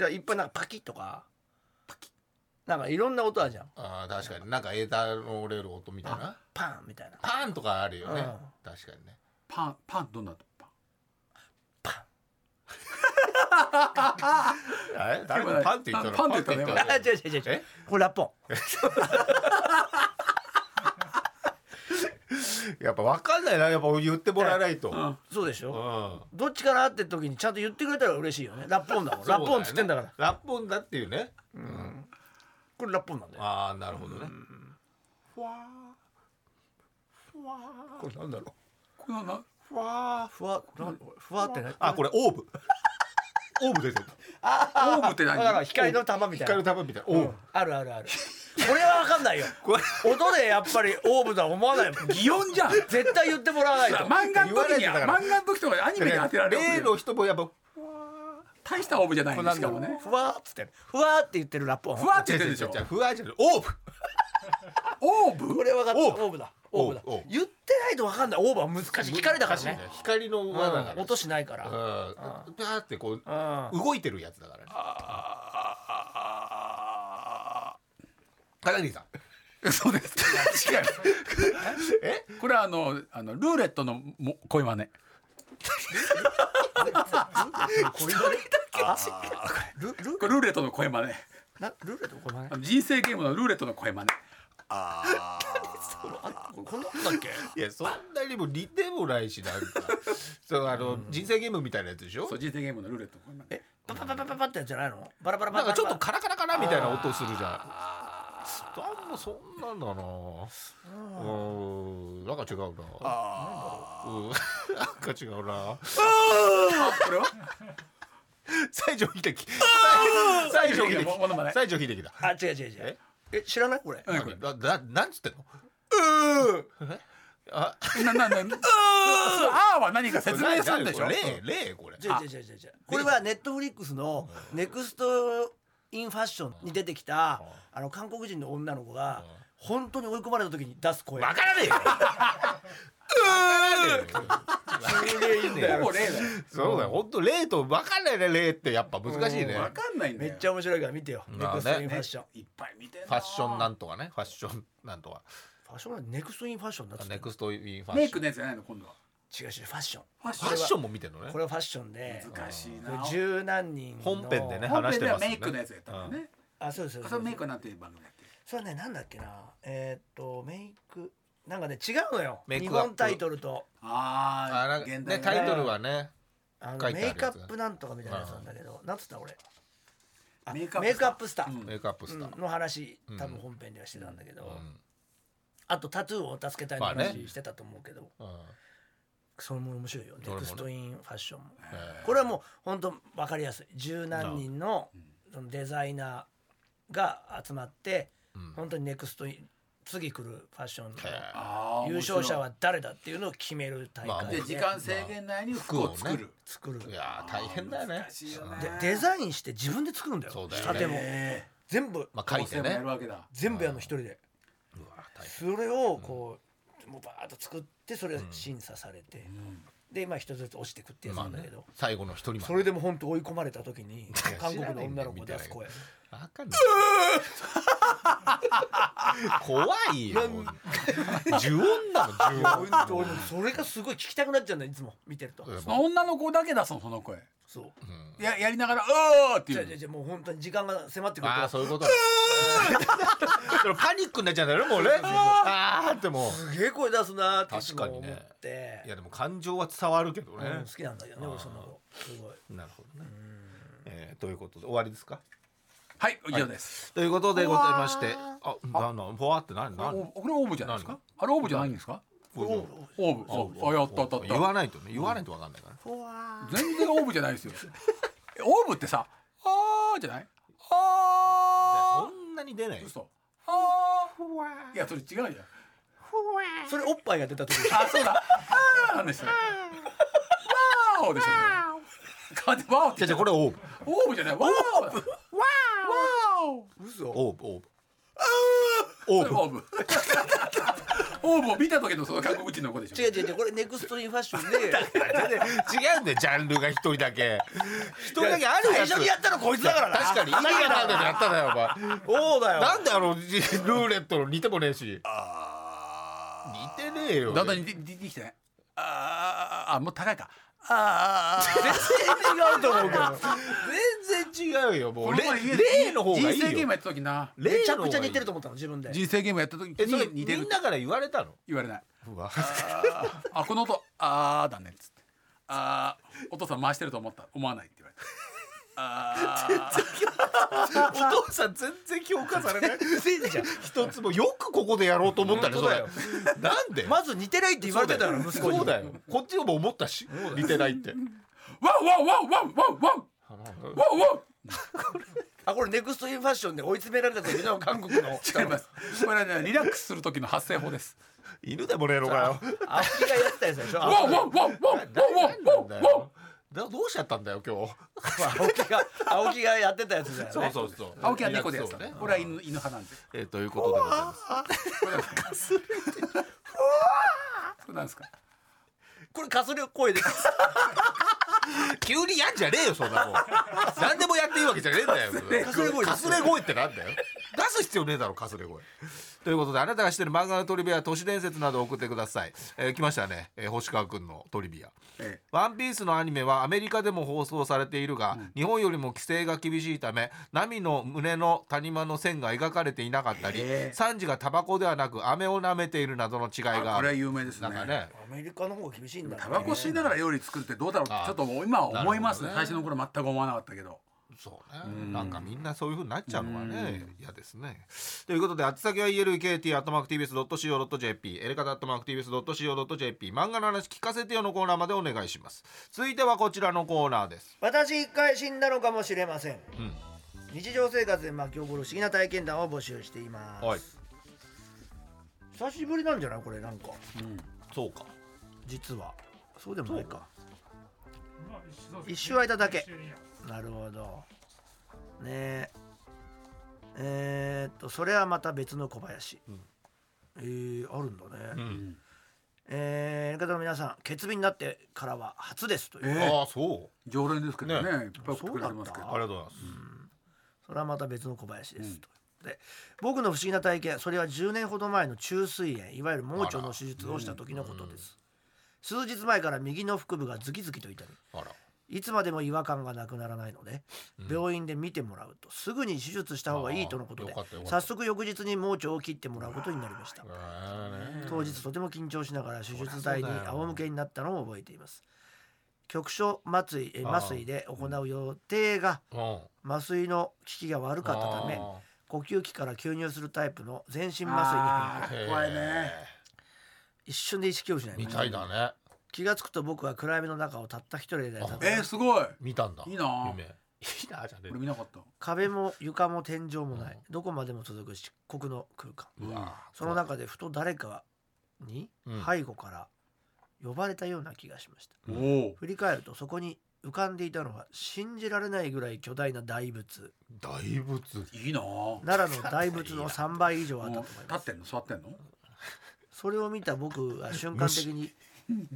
のいやいっぱいなんかパキッとかなんかいろんな音あるじゃんあー確かになんか枝の折れる音みたいなパンみたいなパーンとかあるよね、うん確かにねパンパンどんなとパンあれ誰もパンって言ったのパンって言ったねあ 違う違う違う違うえこれラッポンやっぱ分かんないなやっぱ言ってもらわないと、うんそうでしょどっちかなって時にちゃんと言ってくれたら嬉しいよねラッポンだもんラッポンっつってんだからそうよねラッポンだっていうねこれラッポンなんだよああなるほどねふわーふわーこれなんだろこれななうふわふわなんふわってねあこれオーブ オーブ出てるオーブって何だから光の玉みたいな光の玉みたいなオーブあるあるあるこれは分かん ないよ音でやっぱりオーブだ思わないもん擬音じゃん絶対言ってもらわないと漫画言の時にはわれてたから漫画の時とかにアニメで当てられ例るよの人もやっぱ大したオーブじゃないんですなかんもだろうねふわーっつってるふわーって言ってるラップふわって言ってるでしょ違う違う違うふわーじゃないオーブオーブこれ分かったオーブオーブだオーブだオーブオーブ言ってないと分かんないオーブは難しい光だからね光のうん輪だから音しないからううんんパーってこうあ動いてるやつだからね片桐さんそうです。えこれはあの、あのルーレットのも、声真似。ルルこれルーレットの声真似。なルーレットこれ前あの人生ゲームのルーレットの声真似。あこれこんなことだっけいやそんなにも似てもないしなんかそうあの人生ゲームみたいなやつでしょそう、人生ゲームのルーレットの声真似。えパパパパパパってやつじゃないのバラバラバラバなんかラちょっとカラカラカラみたいな音するじゃんあんまそんなんだなうーんなんか違うなうんなん か違うなこれは。西城秀樹西城秀樹もものまね西城秀樹だあ違う違う違うえ知らないこれ何これ。なななんつってんのえあな、な、な、な。あーは何か説明するんでしょ例例これ違う違う違う違う違うこれはネットフリックスのネクストインファッションに出てきたあの韓国人の女の子が本当に追い込まれた時に出す声わからねえよわからねえよほぼ例だよ。そうだよ、本当例と分かんないね、例ってやっぱ難しいね。わフかんないん だめよ。っちゃ面白いから見てよネまあねクストインファッションいっぱい見てんな。ァッションなんとかね、ファッションなんとか、ファッションはネクストインファッションだっつってネクストインファメッイショクン。のやつじゃないの、今度は。違う違うファッションファッファッションも見てるのねこ。れはファッションでン。難しいこれな。十何人の本編でね本編では話してますねメイクのやつやったんだよね。あそうですそうあですそれメイクなんていう番組だっけ。それはねなんだっけなえーっとメイクなんかね違うのよメイク日アップ本タイトルとあなああん、か現ね、代タイトルは。はね、あの書いてメあるやイつクアップなんとかみたいなやつなんだけどなんつった俺あメメイイクアップスタークアップスタうんーメイクアップうスんター。の話うん多分本編ではしてたんだけうどんあとタトゥーを助けたいのまあね話してたと思うけどうんそれも面白いよネどれもねクストインファッションもえこれはもう本当分かりやすい十何人のそのデザイナーが集まってーうん本当にネクストイン次来るファッションのへーあー優勝者。は誰だっていうのを決める大ま会あもうで時間制限内に服を作る。作るいやー、大変だよね難。しいよでね。デザインして自分で作るんだよそうだよね下手もええ全部まあ、書いて構成もやねる。わけだ。全部やるの一人でうわー大変それをこうもうバーッと作ってそれを審査されてでまあ一つずつ落ちてくってやつなんだけど最後の一人まで。それでも本当追い込まれた時にいや韓国知らなのいんだ女よの子出す声わかんない。怖いよ。呪音だもん、呪音。本当俺もそれがすごい聞きたくなっちゃうんだよいつも見てるとうんその女の子だけ出すのその声。そうややりながら「うー」ってじいゃうじのゃじゃもう本当に時間が迫ってくるああとそういうことだそれパニックになっちゃうんだよねもうねああってもうすげえ声出すなーっていつ確もか思にっねていやでも感情は伝わるけどうねん好、きなんだけどね俺その子すごいなるほどね、えー、ということで終わりですかはい以上です、ということでございましてあなんなんフォワって何あ何おこれオーブじゃないですかあれオーブじゃないんですかこオーブそうあやったあったあうっいうの言わたないとね言わないと分かんないから、全然オーブじゃないですよえオーブってさ「あー」じゃない「あそんなに出ないー」よ嘘あーいやそれ違うじゃんそれおっぱいが出た時あそうだあーなんでしたわーおでしたね完全にわーおってじゃじゃこれオーブオーブじゃないわーおわーおオーブオーブオオーブーブオーブを見た時のその韓国人の子でしょ違う違う違うこれネクストインファッション で全然違うんだよジャンルが一人だけ一人だけある最やつ初にやったのこいつだからな確かに意味がないのにやったんだよお前そうだよなんであのルーレットの似てもねえし。似てねえよ。だんだん似て似てきてねあーあーあーもう高いかあーあーあー全然違うと思うけど全然違うよ。もうこ例の前例の方がいい人生ゲーよム。やった時な例めちゃのく方がいいちゃ似てると思ったの自分で人生ゲームやった時え、それにみ似てるんなから言われたの。言われないうわあこの音あーだねっつってあーお父さん回してると思った思わないって言われたあ お父さん全然評価されない。一つもよくここでやろうと思ったね。本そ当だれよなんで。まず似てないって言われてたから息子にそうだよ。こっちのも思ったし。似てないって。ーわんわんわんわんわんわんわんわあこれネクストインファッションで追い詰められた 時の韓国のん違いますこれはねリラックスする時の発声法です犬でもねえのか 青よ。木がやってたやつでしょわんわんわんわんわんわんわんわんなんだよ。どどうしちゃったんだよ今日青木が青木がやってたやつだよねそうそうそう青木は猫でやつだリラッねクスを俺は犬犬派なんでえーということでございますそうなんですかこれかする声で急にやんじゃねえよそんな もん何でもやっていいわけじゃねえんだよかすれ声かすれ声ってなんだよ出す必要ねえだろかすれ声ということであなたが知ってる漫画のトリビア都市伝説など送ってください、えー来ましたね、えー星川くんのトリビアえワンピースのアニメはアメリカでも放送されているが、日本よりも規制が厳しいためナミの胸の谷間の線が描かれていなかったり、えーサンジがタバコではなく飴を舐めているなどの違いえがこあれはる有名ですなねんかねアメリカの方が厳しいんだタバコ吸いながら料理作るってどうだろうってちょっともう今は思いますねあーな最る初ほの頃全く思わなかったけどそうね、なんかみんなそういう風になっちゃうのがね嫌ですね。ということで宛先は elkt.mactvs.co.jp エレカタ .mactvs.co.jp 漫画の話聞かせてよのコーナーまでお願いします。続いてはこちらのコーナーです。私一回死んだのかもしれません、ん日常生活で巻き起こる不思議な体験談を募集しています、はい、久しぶりなんじゃないこれなんかそうか。実はそうでもないか一周空いただけなるほどねええーっとそれはまた別の小林、えーあるんだね、んえー、方の皆さん欠便になってからは初ですという、ええああ、そう。常連ですけどねねいっぱい送ってくれてますけあどりがとうございます。それはまた別の小林です、とで僕の不思議な体験それは10年ほど前の虫垂炎いわゆる盲腸の手術をした時のことです、数日前から右の腹部がズキズキと痛みあら。いつまでも違和感がなくならないので、病院で見てもらうとすぐに手術した方がいいとのことでああよかったよかった早速翌日に盲腸を切ってもらうことになりましたえ当日とても緊張しながら手術台に仰向けになったのを覚えています局所麻酔えああ麻酔で行う予定がえうん。麻酔の効きが悪かったためあ呼吸器から吸入するタイプの全身麻酔に変あ更ーー怖いね。一瞬で意識を失いみましたいだね。気がつくと僕は暗闇の中をたった一人で立ってえーすごい見たんだ。いいな夢。いいなじゃねえ俺見なかった壁も床も天井もないどこまでも続く漆黒の空間うわ。その中でふと誰かにうん背後から呼ばれたような気がしましたおお振り返るとそこに浮かんでいたのは信じられないぐらい巨大な大仏大仏。いいなも奈良の大仏の3倍以上あっうたと思い立まっすてんの座ってんのそれを見た僕は瞬間的に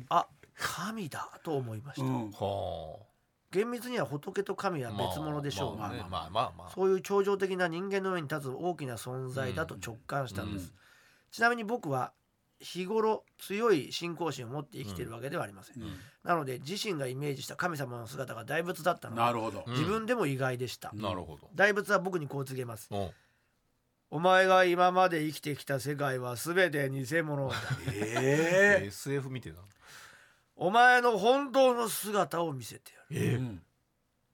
あ神だと思いましうたんはあ。厳密には仏と神はまあ別物でしょうが、まあねまあまあまあ。そういう超常的な人間の上に立つ大きな存在だと直感したんです、ちなみに僕は日頃強い信仰心を持って生きているわけではありません、うなので自身がイメージした神様の姿が大仏だったんのなはるほどうん自分でも意外でした、なるほど。大仏は僕にこう告げますうん。お前が今まで生きてきた世界は全て偽物だえ SF 見てた。お前の本当の姿を見せてやるええうん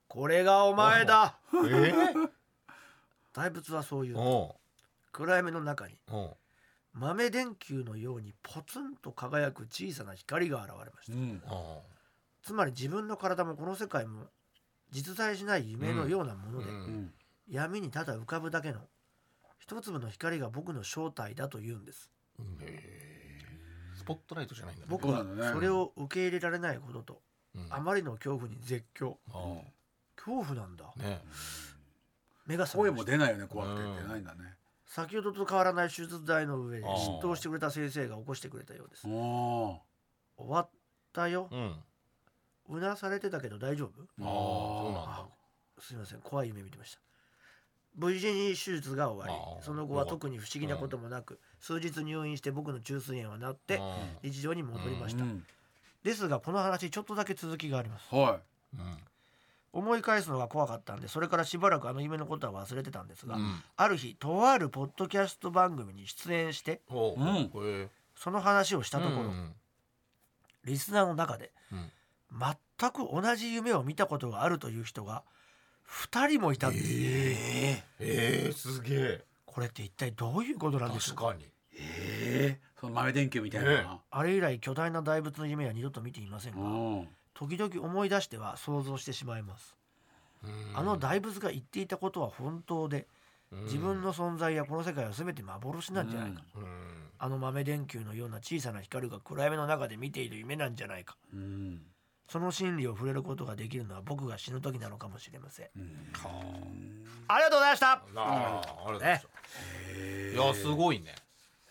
これがお前だえ大仏はそういうお暗闇の中にうんうん豆電球のようにポツンと輝く小さな光が現れましうたんつまり自分の体もこの世界も実在しない夢のようなもので、ううんん闇にただ浮かぶだけの一粒の光が僕の正体だと言うんですスポットライトじゃないんだね。僕そうはなんだねそれを受け入れられないこととうんあまりの恐怖に絶叫あ恐怖なんだあね目が覚声めまもした出ないよね怖くて出ないんだね先ほどと変わらない手術台の上であー執刀してくれた先生が起こしてくれたようですおお終わったようん。うなされてたけど大丈夫ああそうなんだ。すみません怖い夢見てました無事に手術が終わありあその後は特に不思議なこともなく、数日入院して僕の虫垂炎は治ってう日常に戻りまうした、んですがこの話ちょっとだけ続きがありますはんうん思い返すのが怖かったんでそれからしばらくあの夢のことは忘れてたんですが、うんある日とあるポッドキャスト番組に出演しておうんうこれその話をしたところ、うんリスナーの中でうん全く同じ夢を見たことがあるという人が2人もいたんです、えええすげえこれって一体どういうことなんでしょ確うかかに。えええその豆電球みたいなのかなあれ以来巨大な大仏の夢は二度と見ていませんうがん時々思い出しては想像してしまいますうんあの大仏が言っていたことは本当でうん自分の存在やこの世界は全て幻なんじゃないかうんあの豆電球のような小さな光が暗闇の中で見ている夢なんじゃないかうんその心理を触れることができるのは僕が死ぬ時なのかもしれませんありがとうございましたあありがとうございましたいやすごいね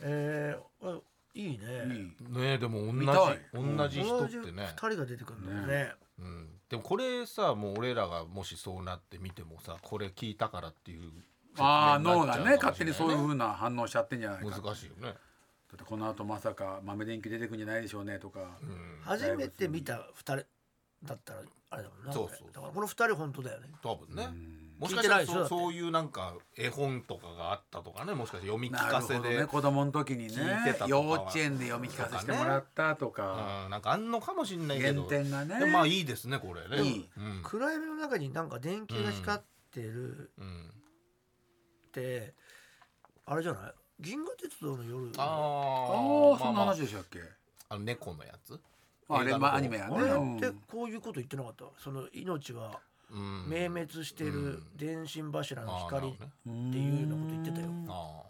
えー、あいいねねえでも同じ見たい同じ人っ同てじね2、人が出てくるんだよねうん、でもこれさもう俺らがもしそうなってみてもさこれ聞いたからっていうああ脳がね勝手にそういうう風な反応しちゃってんじゃないかだっ難しいよねてこの後まさか豆電球出てくんじゃないでしょうねとかうん初めて見た2人だったらあれだもんなそうそうだからこの2人本当だよね多分ねもし聞いかてしなたいでしょらだそってうそういうなんか絵本とかがあったとかねもしかして読み聞なるかほせどで、ね子供の時にね聞いてたとか幼は稚園で読み聞かせしてもらったとかうん、なんかあんのかもしんないけ原ど点がねでもまあいいですねこれねいいうん暗闇の中になんか電球が光ってるうん、って、あれじゃない銀河鉄道の夜ああーあそんまあなまあ話でしたっけあの猫のやつあ映れ画のまあ方アニメやねあれうんってこういうこと言ってなかったその命がうん明滅してる電信柱の光っていうようなこと言ってたよあ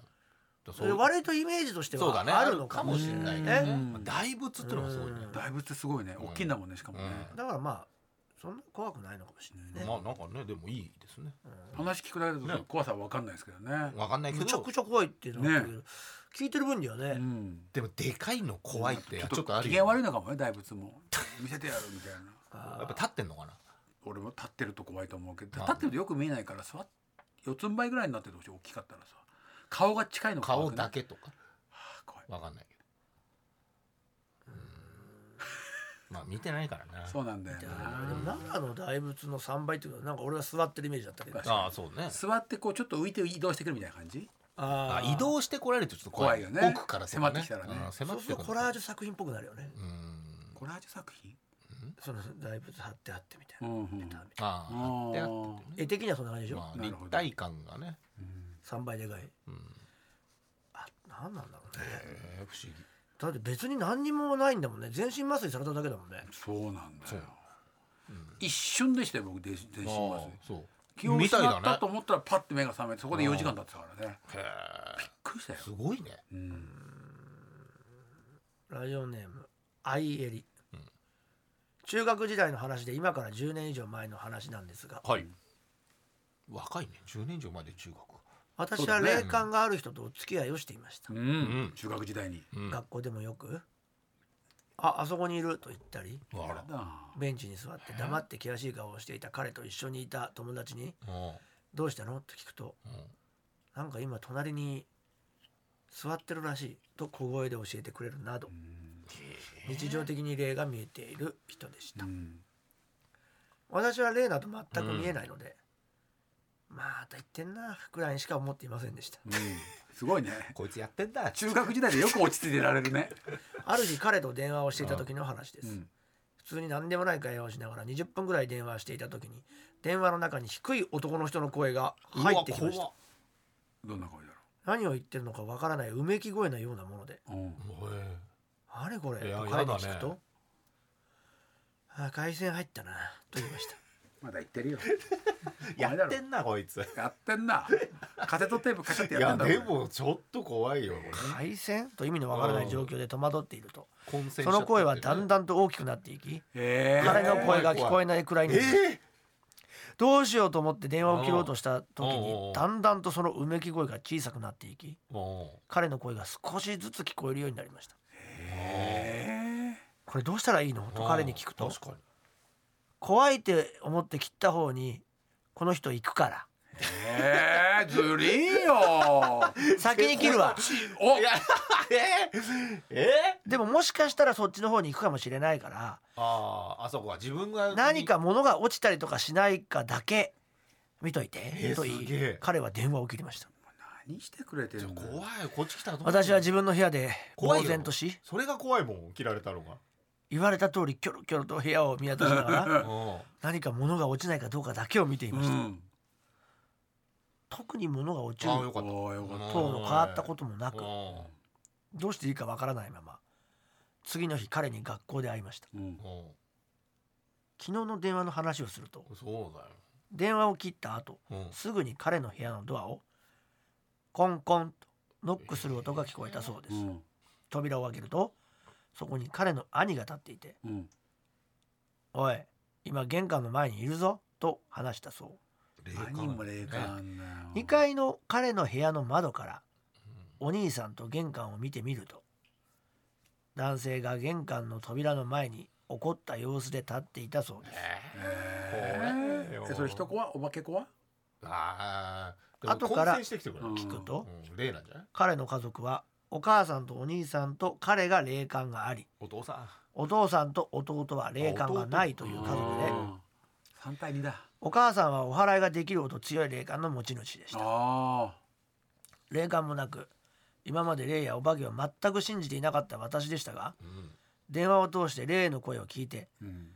あそれ割とイメージとしてそうだねはあるのかもしれれなないいねねうねんまあ大仏ってのがすごいねうん大仏すごいね大きいんだもんねしかもねうんだからまあそんな怖くないのかもしれないねまあなんかねでもいいですね話聞くだけだとね怖さは分かんないですけどねわかんないけむちゃどくちゃ怖いっていうのはあるけど聞いてる分にはうねんでもでかいの怖いってちょっとある機嫌よね悪いのかもね大仏も見せてやるみたいなやっぱ立ってんのかな俺も立ってると怖いと思うけど立ってるとよく見えないから座っ四つん這いぐらいになってると大きかったらさ顔が近いの顔怖くないだけとかあ怖いわかんないけどうんまあ見てないからねそうなんだよでもな奈良の大仏の3倍っていうかなんか俺は座ってるイメージだったけどああそうね座ってこうちょっと浮いて移動してくるみたいな感じああー移動してこられるとちょっと怖い怖いよね奥からと迫かってきたらねうん迫そうすってるくるとコラージュ作品っぽくなるよねうんコラージュ作品その大仏貼って貼ってみたいうんうんなああ貼ってあってね絵的にはそんな感じでしょまあなるほど立体感がね3倍でかいうんあなんなんだろうねえー不思議だって別に何にもないんだもんね全身麻酔されただけだもんねそうなんだそよう一瞬でしたよ僕全身あ麻酔あそう気を失みたっいただとね思ったらパッて目が覚めてそこで4時間経ってたからねへえびっくりしたよすごいねうんラジオネームアイエリ、中学時代の話で今から10年以上前の話なんですがはい若いね10年以上前で中学私は霊感がある人とお付き合いをしていました、うんん中学時代にうん学校でもよく「ああそこにいる」と言ったりあらあベンチに座って黙って険しい顔をしていた彼と一緒にいた友達にうん「どうしたの?」と聞くと「なんか今隣に座ってるらしい」と小声で教えてくれるなど日常的に霊が見えている人でしたう。ん私は霊など全く見えないので、また言ってんなくらいにしか思っていませんでしたうんすごいねこいつやってんだ中学時代でよく落ち着いてられるねある日彼と電話をしていた時の話です、うん普通に何でもない会話をしながら20分ぐらい電話していた時に電話の中に低い男の人の声が入ってきましたどんな声だろ何を言ってるのかわからないうめき声のようなものでううん怖っへ「あれこれ」いやと彼にやだ聞くねと「あ回線入ったな」と言いましたまだ言ってるよえやってんなこいつやってんなカセットテープかけいてややってんだでもちょっと怖いよ「 回線?」と意味のわからない状況で戸惑っていると混戦しちゃっててねその声はだんだんと大きくなっていきえ彼の声が聞こえないくらいに、えどうしようと思って電話を切ろうとした時うんうにんだんだんとそのうめき声が小さくなっていきーも彼の声が少しずつ聞こえるようになりましたえこれどうしたらいいのうと彼に聞くと確かに怖いって思って切った方にこの人行くからえーずりーよ先に切るわおいやえーえーでももしかしたらそっちの方に行くかもしれないからあああそこは自分が何か物が落ちたりとかしないかだけ見といえてーと言すげいえ彼は電話を切りました何してくれていやるんだよ怖いこっち来たらどう私は自分の部屋で怖い呆よ然としそれが怖いもん切られたのが言われた通りキョロキョロと部屋を見渡しながらうん 何か物が落ちないかどうかだけを見ていまうした、ん特に物が落ちるああよかったおーよかった等の変わったこともなくうんどうしていいかわからないまま次の日彼に学校で会いましたうんうん昨日の電話の話をするとそうだよ電話を切った後うんすぐに彼の部屋のドアをコンコンとノックする音が聞こえたそうですうん扉を開けるとそこに彼の兄が立っていてうんおい今玄関の前にいるぞと話したそう霊感何も霊感あんなよ2階の彼の部屋の窓からお兄さんと玄関を見てみると男性が玄関の扉の前に怒った様子で立っていたそうですえこれよー、えそれ人怖お化け怖ああでも後から混戦してきてるから、ううんん、聞くと霊なんじゃない彼の家族はお母さんとお兄さんと彼が霊感がありお父さお父さんと弟は霊感がないという家族でうん三対二だお母さんはお祓いができるほど強い霊感の持ち主でしたあ霊感もなく今まで霊やお化けを全く信じていなかった私でしたがん、うん、電話を通して霊の声を聞いてー、うん、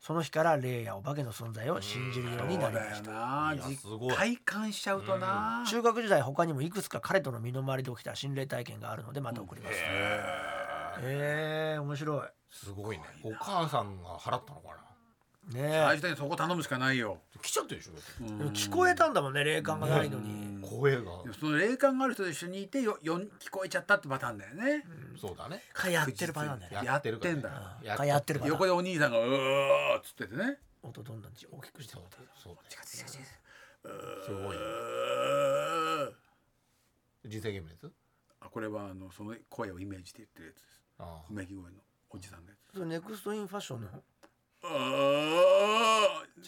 その日から霊やお化けの存在を信じるよそううになりまだしよたないや実すごい体感しちゃうとな、中学時代他にもいくつか彼との身の回りで起きた心霊体験があるのでまた送ります、へえ面白すごいねお母さんが払ったのかないね最え終的にそこ頼むしかないよ、来ちゃってるでしょだってでも聞こえたんだもんね霊感がないのうにん声がでもその霊感がある人と一緒にいてよよん聞こえちゃったってパターンだよね、そうだねかやってるパターンだよねやってるからねやってるからねかやってるパターン横でお兄さんが「うー」っつっててね音どんどん大きくしてそもらうっただそうだすごいねうー人生ゲームのやつあこれはあのその声をイメージで言ってるやつですああ梅木声のおじさんのやつそれネクストインファッションの「うー」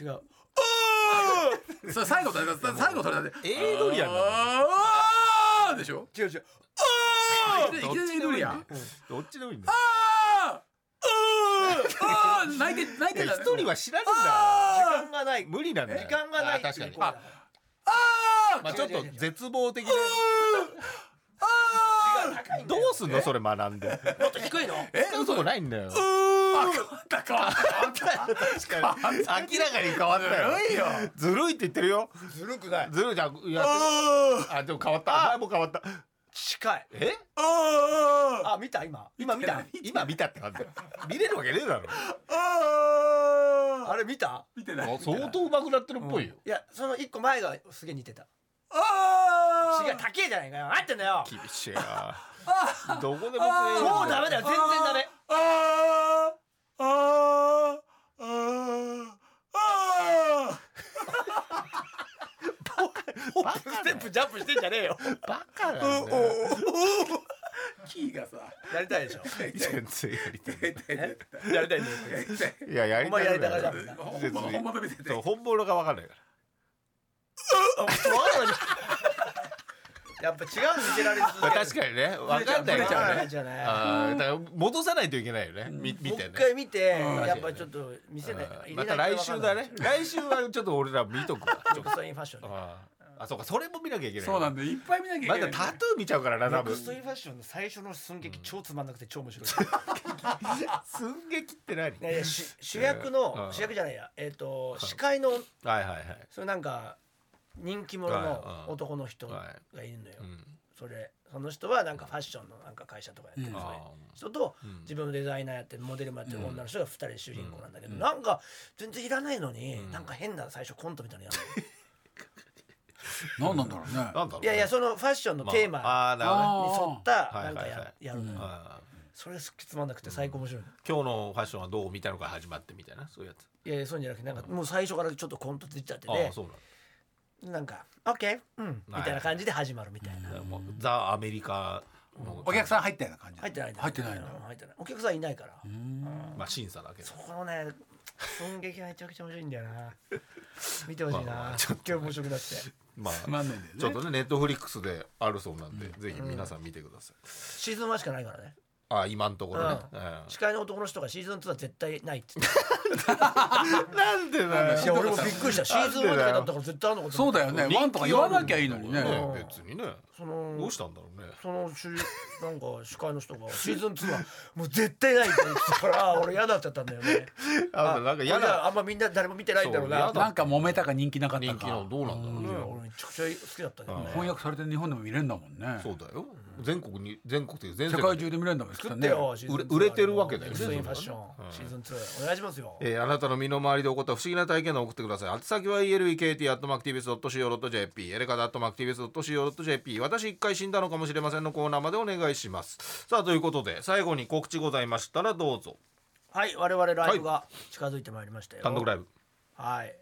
違う それ最後だよだ最後それだねエイドリアンだあーでしょ違う違う あーいねきなりエイドリアンどっちでもいいんだよあーあー泣いて泣いいやてたね一人は知らねえんだよ時間がない無理なんだよ時間がないあ確かにああまあちょっと絶望的などうすんのそれ学んでもっと低いのえ使うとこないんだよあ変わった変わった変わっ確かに明らかに変わったよたいいよずるいって言ってるよずるくないずるいじゃんやってあーあでも変わった前も変わった近いえあーあ見た今今見た今見たって感じだよ見れるわけねえだろああれ見たー見てないあ相当うまくなってるっぽいよいやその一個前がすげえ似てたあー違う高えじゃないかよ合ってんだよ厳しいなどこでも強いもうダメだよ全然ダメあーあーあーあバックステップジャンプしてんじゃねえよバカなんだよーキーがさやりたいでしょ全然やりたいやりたいでいややりたおい前やりたがりだもんなほんまほんまと見ててそう本物が分かんないからやっぱ違うの見せられるまあ確かにね分かんないじゃんねじゃないあーだから戻さないといけないよねみ見もうて一ね回見てうんやっぱちょっと見せないうんまた来週だね来週はちょっと俺ら見と くわちネょっクとストインファッションねあーあそうかそれも見なきゃいけないそうなんだだよいっぱい見なきゃいけまないだタトゥー見ちゃうからな多ネ分クストインファッションの最初の寸劇超つまんなくて超面白 い寸劇って何はいいやいやし主役のうん主役じゃないやえっと司会のはいはいそれなんか人気者の男の人がいるのようんそれその人はなんかファッションのなんか会社とかやってる、うんそれあ人とうん自分のデザイナーやってるモデルもやってる女の人が2人で主人公なんだけど、うんなんか全然いらないのに、うんなんか変な最初コントみたいなのや る何なんだろうねーなんだろうのいやいやそのファッションのまあテーマあーなるほどねに沿ったあーなんかや,、はいはいはいやるのよ、うんあそれすっげえつまんなくて最高面白いの、ー今日のファッションはどうみたいなのから始まってみたいなそういうやついやいやそうじゃなくてなんかもう最初からちょっとコントついちゃってああてーそうなんだなんか「OK、うん」みたいな感じで始まるみたいな、だからもうザ・アメリカのお客さん入ったような感じ入ってないんだ入ってないのうん入ってないお客さんいないから、まあ審査だけどそこのね寸劇がめちゃくちゃ面白いんだよな見てほしいな、まあまあちょっと面白くなってまつまあんないんだよねちょっとねネットフリックスであるそうなんでぜひ皆さん見てくださいシーズン1しかないからねあ今のところねううん司会の男の人がシーズン2は絶対ないって言っなんでだていや俺もびっくりしたシーズン1だけだったから絶対あるのかとそ思うってだよねワンとか言わなきゃいいのにねね別にねそのどうしたんだろうねそのしなんか司会の人がシーズン2はもう絶対ないって言ってたからあー俺嫌だっちゃったんだよねあなんか嫌俺らだあんまみんな誰も見てないんだろうそうな嫌だなんか揉めたか人気なかった人気のかどうなんだろううんね俺めちゃくちゃ好きだったけどね翻訳されてる日本でも見れるんだもんねそうだよ全国に全国という全世世界界中中で見れるんだもんきっと作ってねよシーズン2売れ売れてるわけだよネねクストインファッションうんシーズン2お願いしますよえーあなたの身の回りで起こった不思議な体験談を送ってください。宛先は elekt.mactvs.co.jp、エレカ .mactvs.co.jp、私一回死んだのかもしれませんのコーナーまでお願いします。さあ、ということで、最後に告知ございましたらどうぞ。はい我々ライブが近づいてまいりましたよ単独ライブはい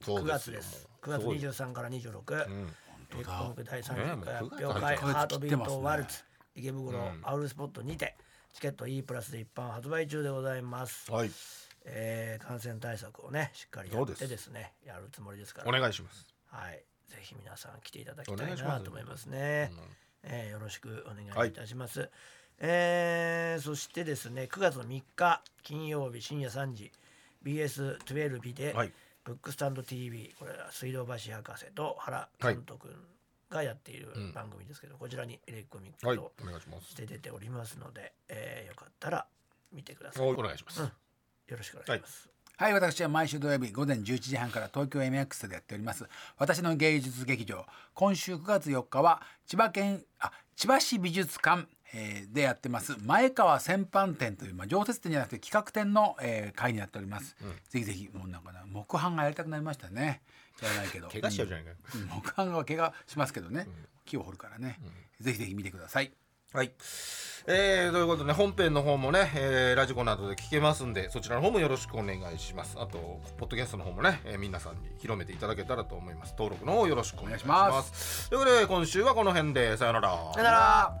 そ9うで月すよです9もう月す23から26ごいうん日本国第30回ね発表もう9月会だハートビートワル切ツ池袋うんアウルスポットにてチケット E プラスで一般発売中でございますはいえー感染対策をねしっかりやっそうでてすですねやるつもりですかおら願いしますはいぜひ皆さん来ていただきおた願いいしまなすと思いますねうんえーよろしくお願はいいいたします、えーそしてですね9月の3日金曜日深夜3時 BS12 で、はいブックスタンド TV これは水道橋博士と原監督がやっているうん番組ですけど、こちらにエレコミックはいとお願いしましすて出ておりますので、えーよかったら見てください、およ願いしますろしくお願いします、はい、私は毎週土曜日午前11時半から東京 MX でやっております。私の芸術劇場。今週9月4日は千葉県、あ、千葉市美術館。えーでやってます前川戦犯展という、まあ、常設展じゃなくて企画展の、えー会になっております、ぜひぜひもうなんかな木版がやりたくなりましたねじゃないけど怪我しちゃうじゃないかようん木版は怪我しますけどね、木を掘るからね、ぜひぜひ見てくださいはい。えー、ということで、本編の方もね、えーラジコなどで聞けますんで、そちらの方もよろしくお願いします。あと、ポッドキャストの方もね、えー皆さんに広めていただけたらと思います。登録の方よろしくお願いします。お願いしということで、今週はこの辺で、さよなら。さよなら